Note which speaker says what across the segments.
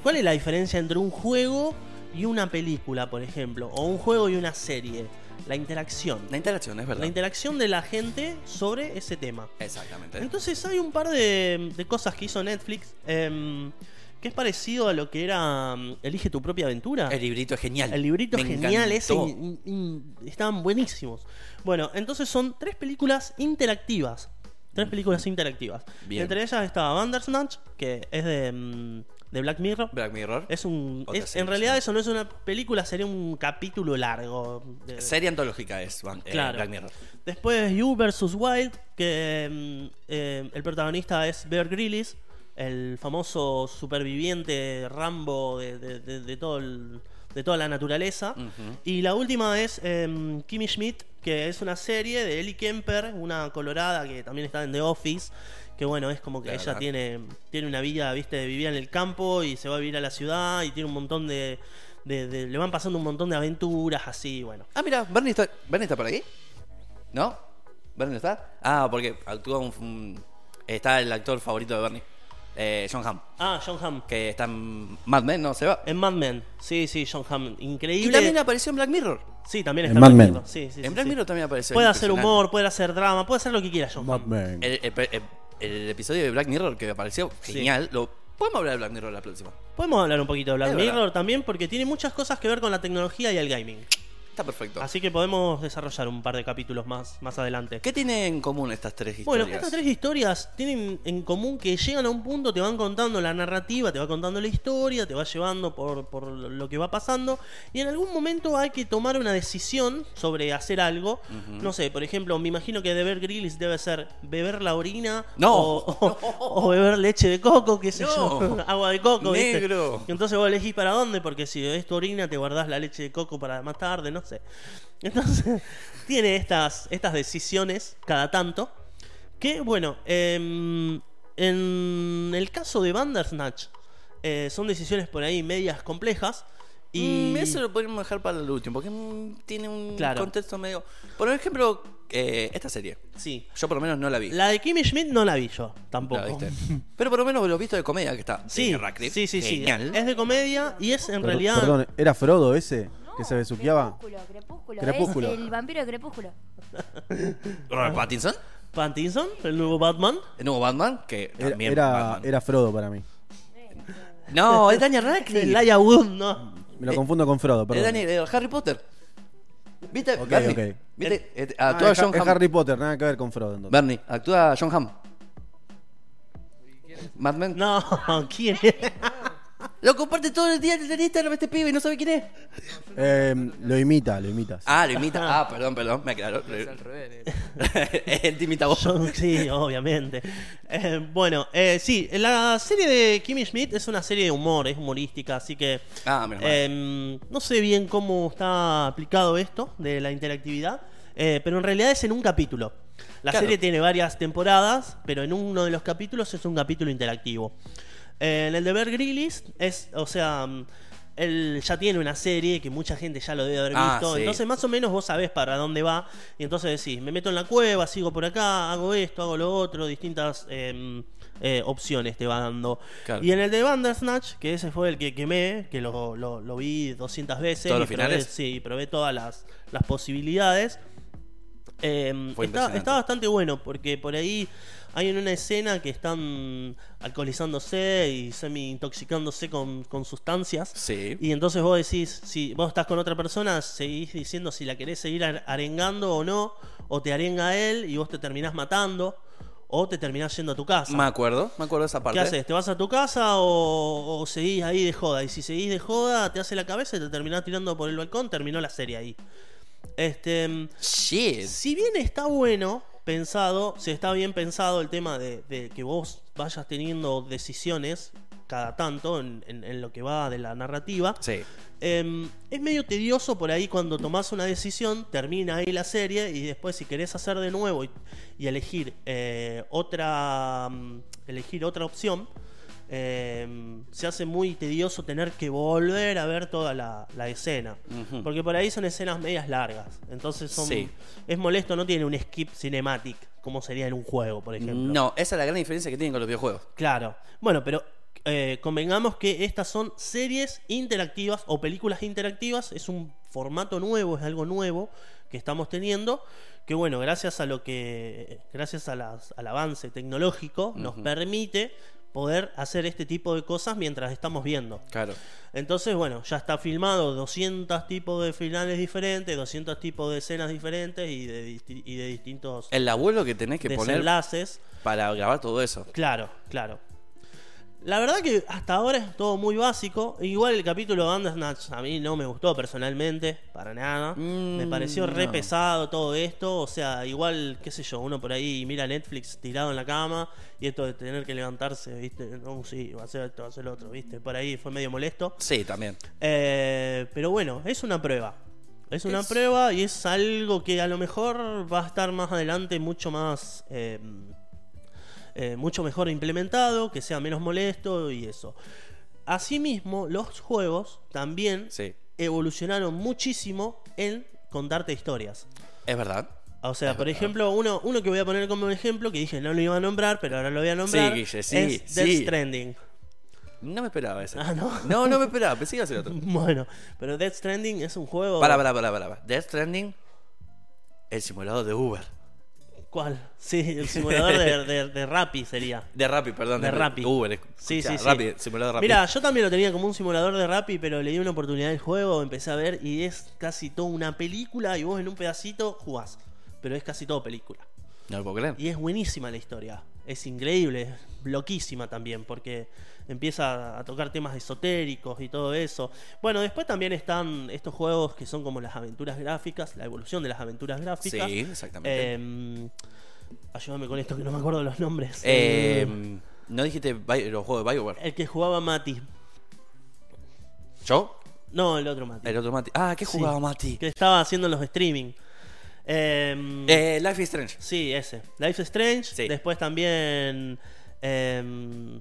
Speaker 1: ¿Cuál es la diferencia entre un juego y una película, por ejemplo? O un juego y una serie. La interacción.
Speaker 2: La interacción, es verdad.
Speaker 1: La interacción de la gente sobre ese tema.
Speaker 2: Exactamente.
Speaker 1: Entonces hay un par de, de cosas que hizo Netflix em, que es parecido a lo que era em, Elige tu propia aventura.
Speaker 2: el librito es genial.
Speaker 1: El librito
Speaker 2: Me
Speaker 1: genial, ese
Speaker 2: encantó.
Speaker 1: in- in- estaban buenísimos. Bueno, entonces son tres películas interactivas. Tres películas interactivas.
Speaker 2: Bien.
Speaker 1: Entre ellas estaba Bandersnatch, que es de, mm, de Black Mirror.
Speaker 2: Black Mirror.
Speaker 1: Es un.
Speaker 2: Otra
Speaker 1: es-
Speaker 2: serie,
Speaker 1: en realidad,
Speaker 2: sí.
Speaker 1: eso no es una película, sería un capítulo largo. de-
Speaker 2: Serie antológica es Ban- eh,
Speaker 1: eh, Claro.
Speaker 2: Black Mirror.
Speaker 1: Después You vs. Wild, que mm, eh, el protagonista es Bear Grylls, el famoso superviviente Rambo de, de- de- de todo el- de toda la naturaleza.
Speaker 2: Ujú.
Speaker 1: Y la última es em, Kimmy Schmidt, que es una serie de Ellie Kemper, una colorada que también está en The Office. Que bueno, es como que
Speaker 2: Claro.
Speaker 1: ella tiene, tiene una vida, viste, de vivir en el campo y se va a vivir a la ciudad y tiene un montón de. de- de- le van pasando un montón de aventuras así, bueno.
Speaker 2: Ah, mira, Bernie está, Bernie está por aquí. ¿No? ¿Bernie está? Ah, porque actúa un, un- Está el actor favorito de Bernie, eh, John Hamm,
Speaker 1: Ah, John Hamm.
Speaker 2: que está en Mad Men, ¿no? Se va.
Speaker 1: En Mad Men, sí, sí, John Hamm, increíble.
Speaker 2: Y también apareció en Black Mirror.
Speaker 1: Sí, también
Speaker 3: En
Speaker 1: está
Speaker 3: Mad
Speaker 1: Black
Speaker 3: Men.
Speaker 1: Mirror, sí, sí, sí,
Speaker 2: en Black
Speaker 1: sí.
Speaker 2: Mirror también apareció.
Speaker 1: Puede hacer
Speaker 2: impresionante.
Speaker 1: humor, puede hacer drama, puede hacer lo que quiera John Hamm.
Speaker 3: Batman.
Speaker 2: El, el- el- el episodio de Black Mirror que apareció, genial. Lo, podemos hablar de Black Mirror la próxima.
Speaker 1: Podemos hablar un poquito de Black
Speaker 2: Es verdad.
Speaker 1: Mirror también porque tiene muchas cosas que ver con la tecnología y el gaming.
Speaker 2: Está perfecto.
Speaker 1: Así que podemos desarrollar un par de capítulos más, más adelante.
Speaker 2: ¿Qué tienen en común estas tres historias?
Speaker 1: Bueno, estas tres historias tienen en común que llegan a un punto, te van contando la narrativa, te va contando la historia, te va llevando por, por lo que va pasando, y en algún momento hay que tomar una decisión sobre hacer algo. No sé, por ejemplo, me imagino que beber grills debe ser beber la orina
Speaker 2: No,
Speaker 1: o, o- o beber leche de coco, qué sé
Speaker 2: No.
Speaker 1: yo, agua de coco. ¿viste?
Speaker 2: Negro.
Speaker 1: Entonces vos elegís para dónde, porque si es tu orina te guardás la leche de coco para más tarde, no sé. Entonces, tiene estas, estas decisiones cada tanto. Que, bueno, em, en el caso de Bandersnatch, eh, son decisiones por ahí medias complejas. Y
Speaker 2: Y Mm, eso lo podemos dejar para el último, porque mm, tiene un
Speaker 1: Claro.
Speaker 2: contexto medio. Por ejemplo, eh, esta serie.
Speaker 1: sí.
Speaker 2: Yo por lo menos no la vi.
Speaker 1: La de Kimmy Schmidt no la vi yo tampoco.
Speaker 2: La viste. Pero por lo menos lo visto de comedia que está.
Speaker 1: Sí,
Speaker 2: Daniel Radcliffe.
Speaker 1: sí, sí, sí.
Speaker 2: Genial.
Speaker 1: Es de comedia y es en
Speaker 3: Per-
Speaker 1: realidad.
Speaker 3: Perdón, eh. ¿era Frodo ese que se besuqueaba?
Speaker 4: Crepúsculo, crepúsculo.
Speaker 3: Crepúsculo.
Speaker 4: Es el vampiro de crepúsculo.
Speaker 2: Robert Pattinson,
Speaker 1: Pattinson, el nuevo Batman.
Speaker 2: el nuevo Batman, que
Speaker 3: Era,
Speaker 2: también.
Speaker 3: era,
Speaker 2: Batman.
Speaker 3: era Frodo para mí.
Speaker 2: No, es Daniel
Speaker 1: El
Speaker 2: Radcliffe.
Speaker 1: Aya Wood, ¿no?
Speaker 3: Me lo confundo con Frodo,
Speaker 2: Es
Speaker 3: perdón.
Speaker 2: Eh, Daniel, eh, Harry Potter. ¿Viste?
Speaker 3: Ok,
Speaker 2: Bernie.
Speaker 3: ok.
Speaker 2: ¿Viste? Eh,
Speaker 3: Ah,
Speaker 2: actúa
Speaker 3: es,
Speaker 2: John
Speaker 3: es
Speaker 2: Hamm.
Speaker 3: Harry Potter, nada que ver con Frodo entonces.
Speaker 2: Bernie, actúa John Hamm. Mad Men.
Speaker 1: No, ¿quién es?
Speaker 2: Lo comparte todo el día en el Instagram este pibe y no sabe quién es.
Speaker 3: Eh, lo imita, lo imita. sí.
Speaker 2: Ah, lo imita. Ah, perdón, perdón, me aclaró.
Speaker 5: Es al revés. eh.
Speaker 2: Él te imita a vos.
Speaker 1: Yo- sí, obviamente. Eh, bueno, eh, sí, la serie de Kimmy Schmidt es una serie de humor, es humorística, así que
Speaker 2: Ah, menos mal.
Speaker 1: eh, no sé bien cómo está aplicado esto de la interactividad, eh, pero en realidad es en un capítulo. La
Speaker 2: Claro.
Speaker 1: serie tiene varias temporadas, pero en uno de los capítulos es un capítulo interactivo. Eh, en el de Bear Grylls es, o sea, mm, él ya tiene una serie que mucha gente ya lo debe haber
Speaker 2: Ah,
Speaker 1: visto,
Speaker 2: sí.
Speaker 1: entonces más o menos vos sabés para dónde va. Y entonces decís, me meto en la cueva, sigo por acá, hago esto, hago lo otro, distintas eh, eh, opciones te va dando.
Speaker 2: Claro.
Speaker 1: Y en el de Bandersnatch, que ese fue el que quemé, que lo, lo- lo vi 200 veces.
Speaker 2: ¿Todos
Speaker 1: y
Speaker 2: los
Speaker 1: probé-
Speaker 2: finales?
Speaker 1: sí, probé todas las, las posibilidades. Eh,
Speaker 2: Fue
Speaker 1: está,
Speaker 2: impresionante.
Speaker 1: está bastante bueno porque por ahí hay en una escena que están alcoholizándose y semi intoxicándose con, con sustancias.
Speaker 2: Sí.
Speaker 1: Y entonces vos decís, si vos estás con otra persona, seguís diciendo si la querés seguir ar- arengando o no, o te arenga él y vos te terminás matando, o te terminás yendo a tu casa.
Speaker 2: Me acuerdo, me acuerdo de esa parte.
Speaker 1: ¿Qué haces? ¿Te vas a tu casa o, o seguís ahí de joda? Y si seguís de joda, te hace la cabeza y te terminás tirando por el balcón, terminó la serie ahí. Este,
Speaker 2: Shit.
Speaker 1: si bien está bueno pensado, si está bien pensado el tema de, de que vos vayas teniendo decisiones cada tanto en, en- en lo que va de la narrativa,
Speaker 2: Sí.
Speaker 1: eh, es medio tedioso por ahí cuando tomás una decisión, termina ahí la serie y después si querés hacer de nuevo y, y elegir eh, otra mm, elegir otra opción, eh, se hace muy tedioso tener que volver a ver toda la, la escena.
Speaker 2: Ujú.
Speaker 1: Porque por ahí son escenas medias largas. Entonces son,
Speaker 2: Sí.
Speaker 1: es molesto, no tiene un skip cinematic como sería en un juego, por ejemplo.
Speaker 2: No, esa es la gran diferencia que tienen con los videojuegos.
Speaker 1: Claro. Bueno, pero eh, convengamos que estas son series interactivas o películas interactivas. Es un formato nuevo, es algo nuevo que estamos teniendo. Que bueno, gracias a lo que. Gracias a las- al avance tecnológico, nos
Speaker 2: Ujú.
Speaker 1: permite poder hacer este tipo de cosas mientras estamos viendo.
Speaker 2: Claro.
Speaker 1: Entonces, bueno, ya está filmado 200 tipos de finales diferentes, 200 tipos de escenas diferentes y de, disti- y de distintos
Speaker 2: El abuelo que tenés Eh, que poner
Speaker 1: desenlaces.
Speaker 2: para grabar todo eso.
Speaker 1: Claro, claro. La verdad que hasta ahora es todo muy básico. Igual el capítulo de Bandersnatch a mí no me gustó personalmente, para nada.
Speaker 2: Mm,
Speaker 1: me pareció re
Speaker 2: no.
Speaker 1: pesado todo esto. O sea, igual, qué sé yo, uno por ahí mira Netflix tirado en la cama y esto de tener que levantarse, ¿viste? No, sí, va a ser esto, va a ser lo otro, ¿viste? Por ahí fue medio molesto.
Speaker 2: Sí, también.
Speaker 1: Eh, pero bueno, es una prueba. Es una
Speaker 2: Es-
Speaker 1: prueba y es algo que a lo mejor va a estar más adelante mucho más. eh, eh, mucho mejor implementado, que sea menos molesto y eso. Asimismo, los juegos también
Speaker 2: Sí.
Speaker 1: evolucionaron muchísimo en contarte historias.
Speaker 2: Es verdad.
Speaker 1: O sea, por ejemplo, uno, uno que voy a poner como ejemplo, que dije no lo iba a nombrar, pero ahora lo voy a nombrar,
Speaker 2: Guille, sí,
Speaker 1: es
Speaker 2: sí.
Speaker 1: Death Stranding.
Speaker 2: No me esperaba ese.
Speaker 1: Ah, ¿no?
Speaker 2: No, no me esperaba. Pensé que iba a ser otro.
Speaker 1: Bueno, pero Death Stranding es un juego...
Speaker 2: Para, para, para, para. Death Stranding, el simulador de Uber.
Speaker 1: ¿Cuál? Sí, el simulador de, de, de Rappi sería.
Speaker 2: De Rappi, perdón.
Speaker 1: De Rappi.
Speaker 2: Uber.
Speaker 1: Sí,
Speaker 2: escuchá,
Speaker 1: sí, sí.
Speaker 2: Rappi, simulador de Rappi.
Speaker 1: Mira, yo también lo tenía como un simulador de Rappi, pero le di una oportunidad al juego, empecé a ver y es casi toda una película y vos en un pedacito jugás. Pero es casi todo película.
Speaker 2: No lo puedo creer.
Speaker 1: Y es buenísima la historia. Es increíble, es loquísima también, porque empieza a tocar temas esotéricos y todo eso. Bueno, después también están estos juegos que son como las aventuras gráficas, la evolución de las aventuras gráficas.
Speaker 2: Sí, exactamente.
Speaker 1: Eh, ayúdame con esto que no me acuerdo los nombres.
Speaker 2: Eh, ¿No dijiste Bi- los juegos de Bioware?
Speaker 1: El que jugaba Mati.
Speaker 2: ¿Yo?
Speaker 1: No, el otro Mati.
Speaker 2: El otro Mati. Ah, ¿qué
Speaker 1: Sí.
Speaker 2: jugaba Mati?
Speaker 1: Que estaba haciendo los streaming. Em,
Speaker 2: Eh, Life is Strange.
Speaker 1: Sí, ese. Life is Strange.
Speaker 2: Sí.
Speaker 1: Después también. em,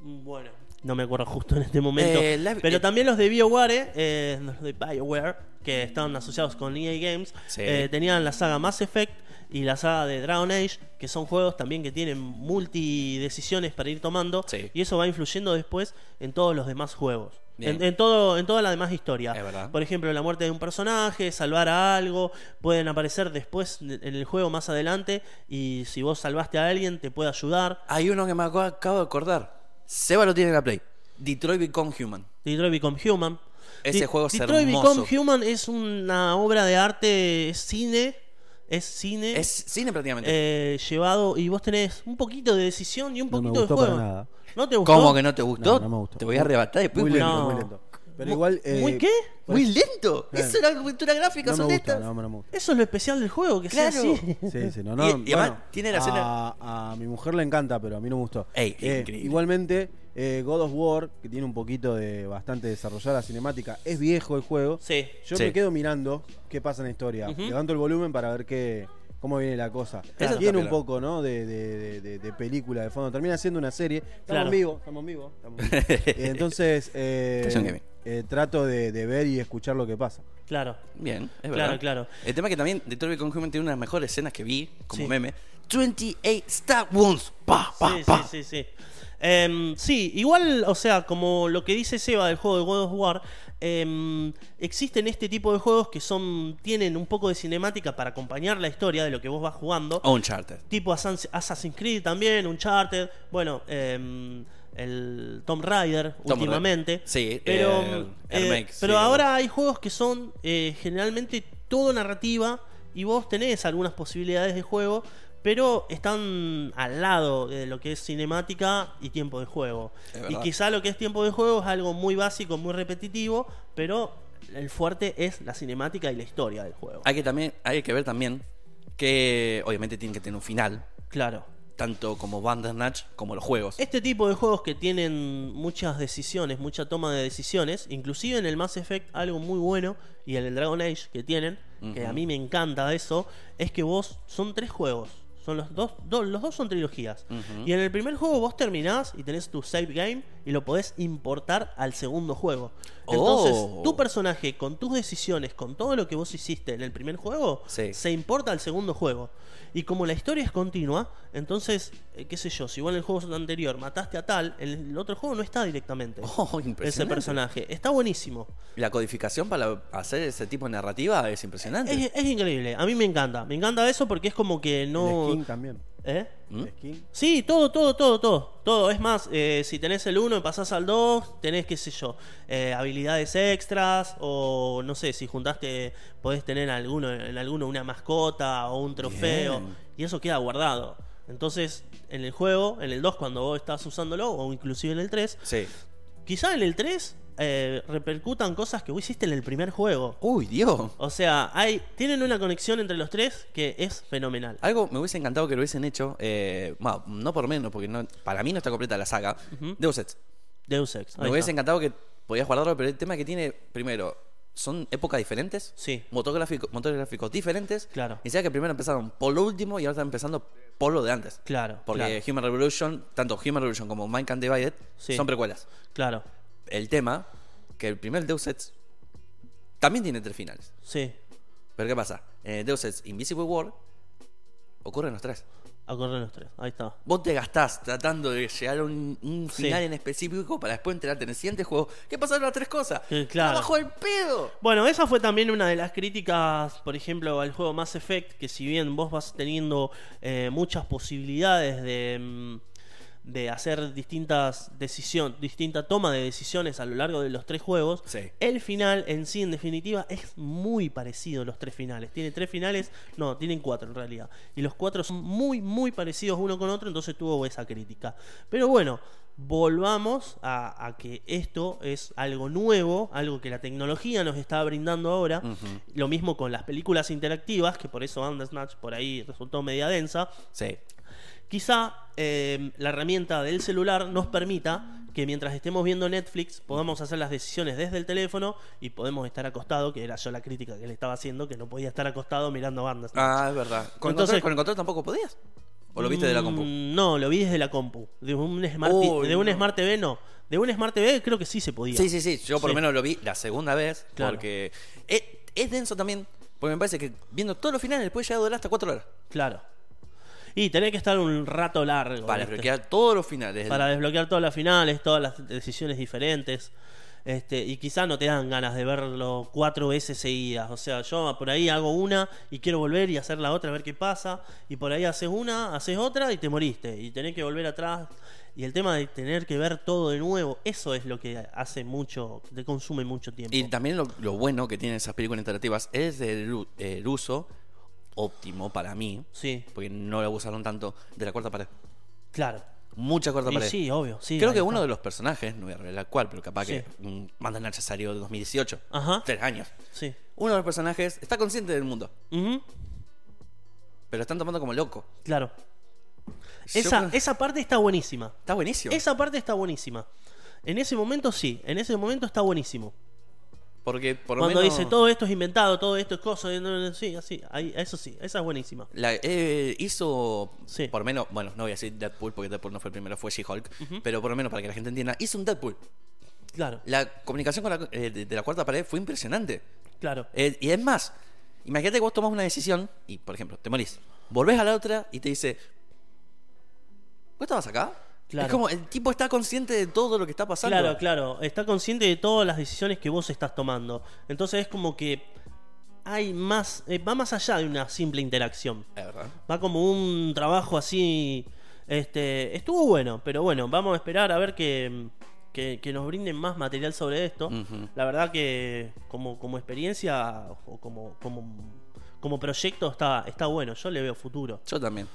Speaker 1: bueno, no me acuerdo justo en este momento.
Speaker 2: Eh, Life-
Speaker 1: pero
Speaker 2: eh,
Speaker 1: también los de BioWare, eh, los de BioWare, que estaban asociados con EA Games,
Speaker 2: Sí.
Speaker 1: eh, tenían la saga Mass Effect y la saga de Dragon Age, que son juegos también que tienen multi decisiones para ir tomando.
Speaker 2: Sí.
Speaker 1: Y eso va influyendo después en todos los demás juegos.
Speaker 2: Bien.
Speaker 1: En, en todo, en toda la demás historia.
Speaker 2: Es verdad.
Speaker 1: Por ejemplo, la muerte de un personaje, salvar a algo, pueden aparecer después en el juego más adelante y si vos salvaste a alguien te puede ayudar.
Speaker 2: Hay uno que me acu- acabo de acordar. Seba lo tiene en la Play. Detroit Become Human.
Speaker 1: Detroit Become Human.
Speaker 2: Ese
Speaker 1: Di-
Speaker 2: juego es
Speaker 1: Detroit
Speaker 2: hermoso.
Speaker 1: Become Human es una obra de arte, es cine, es cine
Speaker 2: Es cine prácticamente.
Speaker 1: eh, llevado y vos tenés un poquito de decisión y un
Speaker 3: No me
Speaker 1: poquito
Speaker 3: gustó
Speaker 1: de juego.
Speaker 3: para nada.
Speaker 1: ¿No te gustó?
Speaker 2: ¿Cómo que no te gustó?
Speaker 3: No, no me gustó.
Speaker 2: Te voy a arrebatar después.
Speaker 3: Muy
Speaker 2: boludo.
Speaker 3: lento,
Speaker 1: No.
Speaker 3: muy lento. Pero
Speaker 1: Mu-
Speaker 3: igual. eh,
Speaker 1: ¿Muy qué?
Speaker 2: Muy lento.
Speaker 3: Eh.
Speaker 2: Es una aventura gráfica,
Speaker 3: No
Speaker 2: son
Speaker 3: me gusta,
Speaker 2: estas.
Speaker 3: no, no me gusta.
Speaker 1: Eso es lo especial del juego, que sea
Speaker 2: Claro.
Speaker 1: así.
Speaker 3: Sí, sí, no,
Speaker 2: Y-
Speaker 3: no.
Speaker 2: y además tiene la
Speaker 3: a,
Speaker 2: escena-
Speaker 3: a mi mujer le encanta, pero a mí no me gustó.
Speaker 2: Ey,
Speaker 3: Eh,
Speaker 2: increíble.
Speaker 3: igualmente, eh, God of War, que tiene un poquito de bastante desarrollada la cinemática, es viejo el juego.
Speaker 1: Sí.
Speaker 3: Yo
Speaker 2: Sí.
Speaker 3: me quedo mirando qué pasa en la historia.
Speaker 1: Ujú.
Speaker 3: Levanto el volumen para ver qué, cómo viene la cosa.
Speaker 2: Claro.
Speaker 3: Tiene un
Speaker 2: Claro.
Speaker 3: poco, ¿no? De, de- de- de- de película de fondo. Termina siendo una serie. Estamos
Speaker 1: Claro.
Speaker 3: en vivo, estamos en vivo. estamos en vivo. Eh, Entonces, eh,
Speaker 2: Estación Gaming.
Speaker 3: eh, trato de, de ver y escuchar lo que pasa.
Speaker 1: Claro.
Speaker 2: Bien, es
Speaker 1: Claro,
Speaker 2: verdad.
Speaker 1: claro.
Speaker 2: El tema es que también Detroit Become Human tiene una de las mejores escenas que vi como
Speaker 1: Sí.
Speaker 2: meme. 28 Star Wounds. Pa, pa,
Speaker 1: sí,
Speaker 2: pa.
Speaker 1: sí, sí, sí. Em, sí, igual, o sea, como lo que dice Seba del juego de God of War, em, existen este tipo de juegos que son tienen un poco de cinemática para acompañar la historia de lo que vos vas jugando.
Speaker 2: Uncharted.
Speaker 1: Tipo Assass- Assassin's Creed también, Uncharted, bueno, em, el Tomb Raider
Speaker 2: Tomb
Speaker 1: últimamente.
Speaker 2: Raider. Sí,
Speaker 1: pero,
Speaker 2: el-
Speaker 1: eh,
Speaker 2: el remake,
Speaker 1: pero
Speaker 2: sí.
Speaker 1: ahora hay juegos que son eh, generalmente todo narrativa y vos tenés algunas posibilidades de juego, pero están al lado de lo que es cinemática y tiempo de juego.
Speaker 2: Es verdad.
Speaker 1: Y quizá lo que es tiempo de juego es algo muy básico, muy repetitivo, pero el fuerte es la cinemática y la historia del juego.
Speaker 2: Hay que, también, hay que ver también que obviamente tienen que tener un final,
Speaker 1: Claro.
Speaker 2: tanto como Bandersnatch como los juegos.
Speaker 1: Este tipo de juegos que tienen muchas decisiones, mucha toma de decisiones, inclusive en el Mass Effect algo muy bueno y en el Dragon Age que tienen, que a
Speaker 2: Ujú.
Speaker 1: mí me encanta eso, es que vos son tres juegos, son los dos, dos- los dos son trilogías.
Speaker 2: Ujú.
Speaker 1: Y en el primer juego vos terminás y tenés tu save game y y lo podés importar al segundo juego.
Speaker 2: Oh.
Speaker 1: Entonces, tu personaje, con tus decisiones, con todo lo que vos hiciste en el primer juego,
Speaker 2: Sí.
Speaker 1: se importa al segundo juego. Y como la historia es continua, entonces, eh, qué sé yo, si vos en el juego anterior mataste a tal, en el otro juego no está directamente
Speaker 2: Oh,
Speaker 1: ese
Speaker 2: impresionante.
Speaker 1: personaje. Está buenísimo.
Speaker 2: La codificación para hacer ese tipo de narrativa es impresionante.
Speaker 1: Es, es increíble, a mí me encanta. Me encanta eso porque es como que
Speaker 3: El
Speaker 1: no.
Speaker 3: skin también.
Speaker 1: ¿Eh?
Speaker 2: ¿Mm?
Speaker 3: El skin.
Speaker 1: Sí, todo, todo, todo, todo. Todo. Es más, eh, si tenés el 1 y pasás al 2, tenés, qué sé yo, eh, habilidades extras. O no sé, si juntaste, podés tener alguno, en alguno una mascota o un trofeo.
Speaker 2: Bien.
Speaker 1: Y eso queda guardado. Entonces, en el juego, en el 2, cuando vos estás usándolo, o inclusive en el 3,
Speaker 2: Sí.
Speaker 1: quizá en el 3 eh, repercutan cosas que vos hiciste en el primer juego.
Speaker 2: Uy, Dios.
Speaker 1: O sea, hay, tienen una conexión entre los tres que es fenomenal.
Speaker 2: Algo me hubiese encantado que lo hubiesen hecho, eh, bueno, no por menos, porque no, para mí no está completa la saga. Deus Ex.
Speaker 1: Deus Ex. ahí
Speaker 2: Me hubiese
Speaker 1: está.
Speaker 2: encantado que podías guardarlo, pero el tema que tiene, primero, son épocas diferentes.
Speaker 1: Sí.
Speaker 2: Motor gráfico- motores gráficos diferentes.
Speaker 1: Claro.
Speaker 2: Y sea que primero empezaron por lo último y ahora están empezando por lo de antes.
Speaker 1: Claro,
Speaker 2: Porque
Speaker 1: claro.
Speaker 2: Human Revolution, tanto Human Revolution como Mankind Divided,
Speaker 1: Sí.
Speaker 2: son precuelas.
Speaker 1: Claro,
Speaker 2: El tema, que el primer Deus Ex también tiene tres finales.
Speaker 1: sí.
Speaker 2: Pero ¿qué pasa? En el Deus Ex Invisible War ocurren los tres.
Speaker 1: Acordé los tres. Ahí está.
Speaker 2: Vos te gastás tratando de llegar a un, un
Speaker 1: Sí.
Speaker 2: final en específico para después enterarte en el siguiente juego. ¿Qué pasaron las tres cosas?
Speaker 1: Sí, claro.
Speaker 2: ¡Trabajo el pedo!
Speaker 1: Bueno, esa fue también una de las críticas, por ejemplo, al juego Mass Effect, que si bien vos vas teniendo eh, muchas posibilidades de, mm, de hacer distintas decisiones, distinta toma de decisiones a lo largo de los tres juegos,
Speaker 2: Sí.
Speaker 1: el final en sí, en definitiva, es muy parecido a los tres finales. Tiene tres finales, no, tienen cuatro en realidad. Y los cuatro son muy, muy parecidos uno con otro, entonces tuvo esa crítica. Pero bueno, volvamos a, a que esto es algo nuevo, algo que la tecnología nos está brindando ahora. Lo mismo con las películas interactivas, que por eso Bandersnatch por ahí resultó media densa
Speaker 2: Sí.
Speaker 1: quizá eh, la herramienta del celular nos permita que mientras estemos viendo Netflix podamos hacer las decisiones desde el teléfono y podemos estar acostado, que era yo la crítica que le estaba haciendo, que no podía estar acostado mirando bandas.
Speaker 2: Ah, es verdad. ¿Con,
Speaker 1: Entonces-
Speaker 2: control, con el control tampoco podías? ¿O lo viste de la compu?
Speaker 1: Mm, No, lo vi desde la compu. De un Smart,
Speaker 2: Uy,
Speaker 1: de un
Speaker 2: no.
Speaker 1: Smart TV no. De un Smart TV creo que sí se podía.
Speaker 2: Sí, sí, sí. Yo por lo
Speaker 1: Sí.
Speaker 2: menos lo vi la segunda vez.
Speaker 1: Claro.
Speaker 2: Porque es, es denso también. Porque me parece que viendo todos los finales puedes llegar a durar hasta cuatro horas.
Speaker 1: Claro. Y tenés que estar un rato largo. Este,
Speaker 2: Para
Speaker 1: ¿viste?
Speaker 2: desbloquear todos los finales.
Speaker 1: para desbloquear todas las finales, todas las decisiones diferentes. Este, y quizá no te dan ganas de verlo cuatro veces seguidas. O sea, yo por ahí hago una y quiero volver y hacer la otra, a ver qué pasa. Y por ahí haces una, haces otra y te moriste. Y tenés que volver atrás. Y el tema de tener que ver todo de nuevo, eso es lo que hace mucho, te consume mucho tiempo.
Speaker 2: Y también lo, lo bueno que tienen esas películas interactivas es el, u- el uso óptimo para mí,
Speaker 1: Sí,
Speaker 2: porque no lo abusaron tanto, de la cuarta pared.
Speaker 1: claro.
Speaker 2: Mucha cuarta
Speaker 1: Y
Speaker 2: pared.
Speaker 1: sí, obvio. Sí,
Speaker 2: Creo
Speaker 1: ahí
Speaker 2: que
Speaker 1: está.
Speaker 2: uno de los personajes, no voy a revelar cuál, pero capaz que
Speaker 1: Sí.
Speaker 2: un Manda Nacha salió de 2018.
Speaker 1: Ajá.
Speaker 2: Tres años.
Speaker 1: Sí.
Speaker 2: Uno de los personajes está consciente del mundo,
Speaker 1: Ujú,
Speaker 2: pero lo están tomando como loco.
Speaker 1: Claro.
Speaker 2: Yo
Speaker 1: Esa,
Speaker 2: creo-
Speaker 1: esa parte está buenísima.
Speaker 2: Está buenísimo.
Speaker 1: Esa parte está buenísima. En ese momento sí, en ese momento está buenísimo.
Speaker 2: Porque por lo
Speaker 1: Cuando
Speaker 2: menos-
Speaker 1: dice todo esto es inventado, todo esto es cosa, eh, no, no, sí, así, ahí, eso sí, esa es buenísima.
Speaker 2: La, eh, hizo,
Speaker 1: Sí.
Speaker 2: por lo menos, bueno, no voy a decir Deadpool porque Deadpool no fue el primero, fue She-Hulk, pero por lo menos para que la gente entienda, hizo un Deadpool.
Speaker 1: Claro,
Speaker 2: La comunicación con la- eh, de, de la cuarta pared fue impresionante.
Speaker 1: claro,
Speaker 2: Eh, y es más, imagínate que vos tomás una decisión y, por ejemplo, te morís. Volvés a la otra y te dice, ¿vos estabas acá?
Speaker 1: Claro.
Speaker 2: Es como el tipo está consciente de todo lo que está pasando.
Speaker 1: claro, claro. Está consciente de todas las decisiones que vos estás tomando. Entonces es como que hay más, eh, va más allá de una simple interacción.
Speaker 2: Es verdad.
Speaker 1: Va como un trabajo así. Este, estuvo bueno, pero bueno, vamos a esperar a ver que, que- que nos brinden más material sobre esto.
Speaker 2: Ujú.
Speaker 1: La verdad que como, como experiencia o como, como, como proyecto está, está bueno, yo le veo futuro.
Speaker 2: Yo también.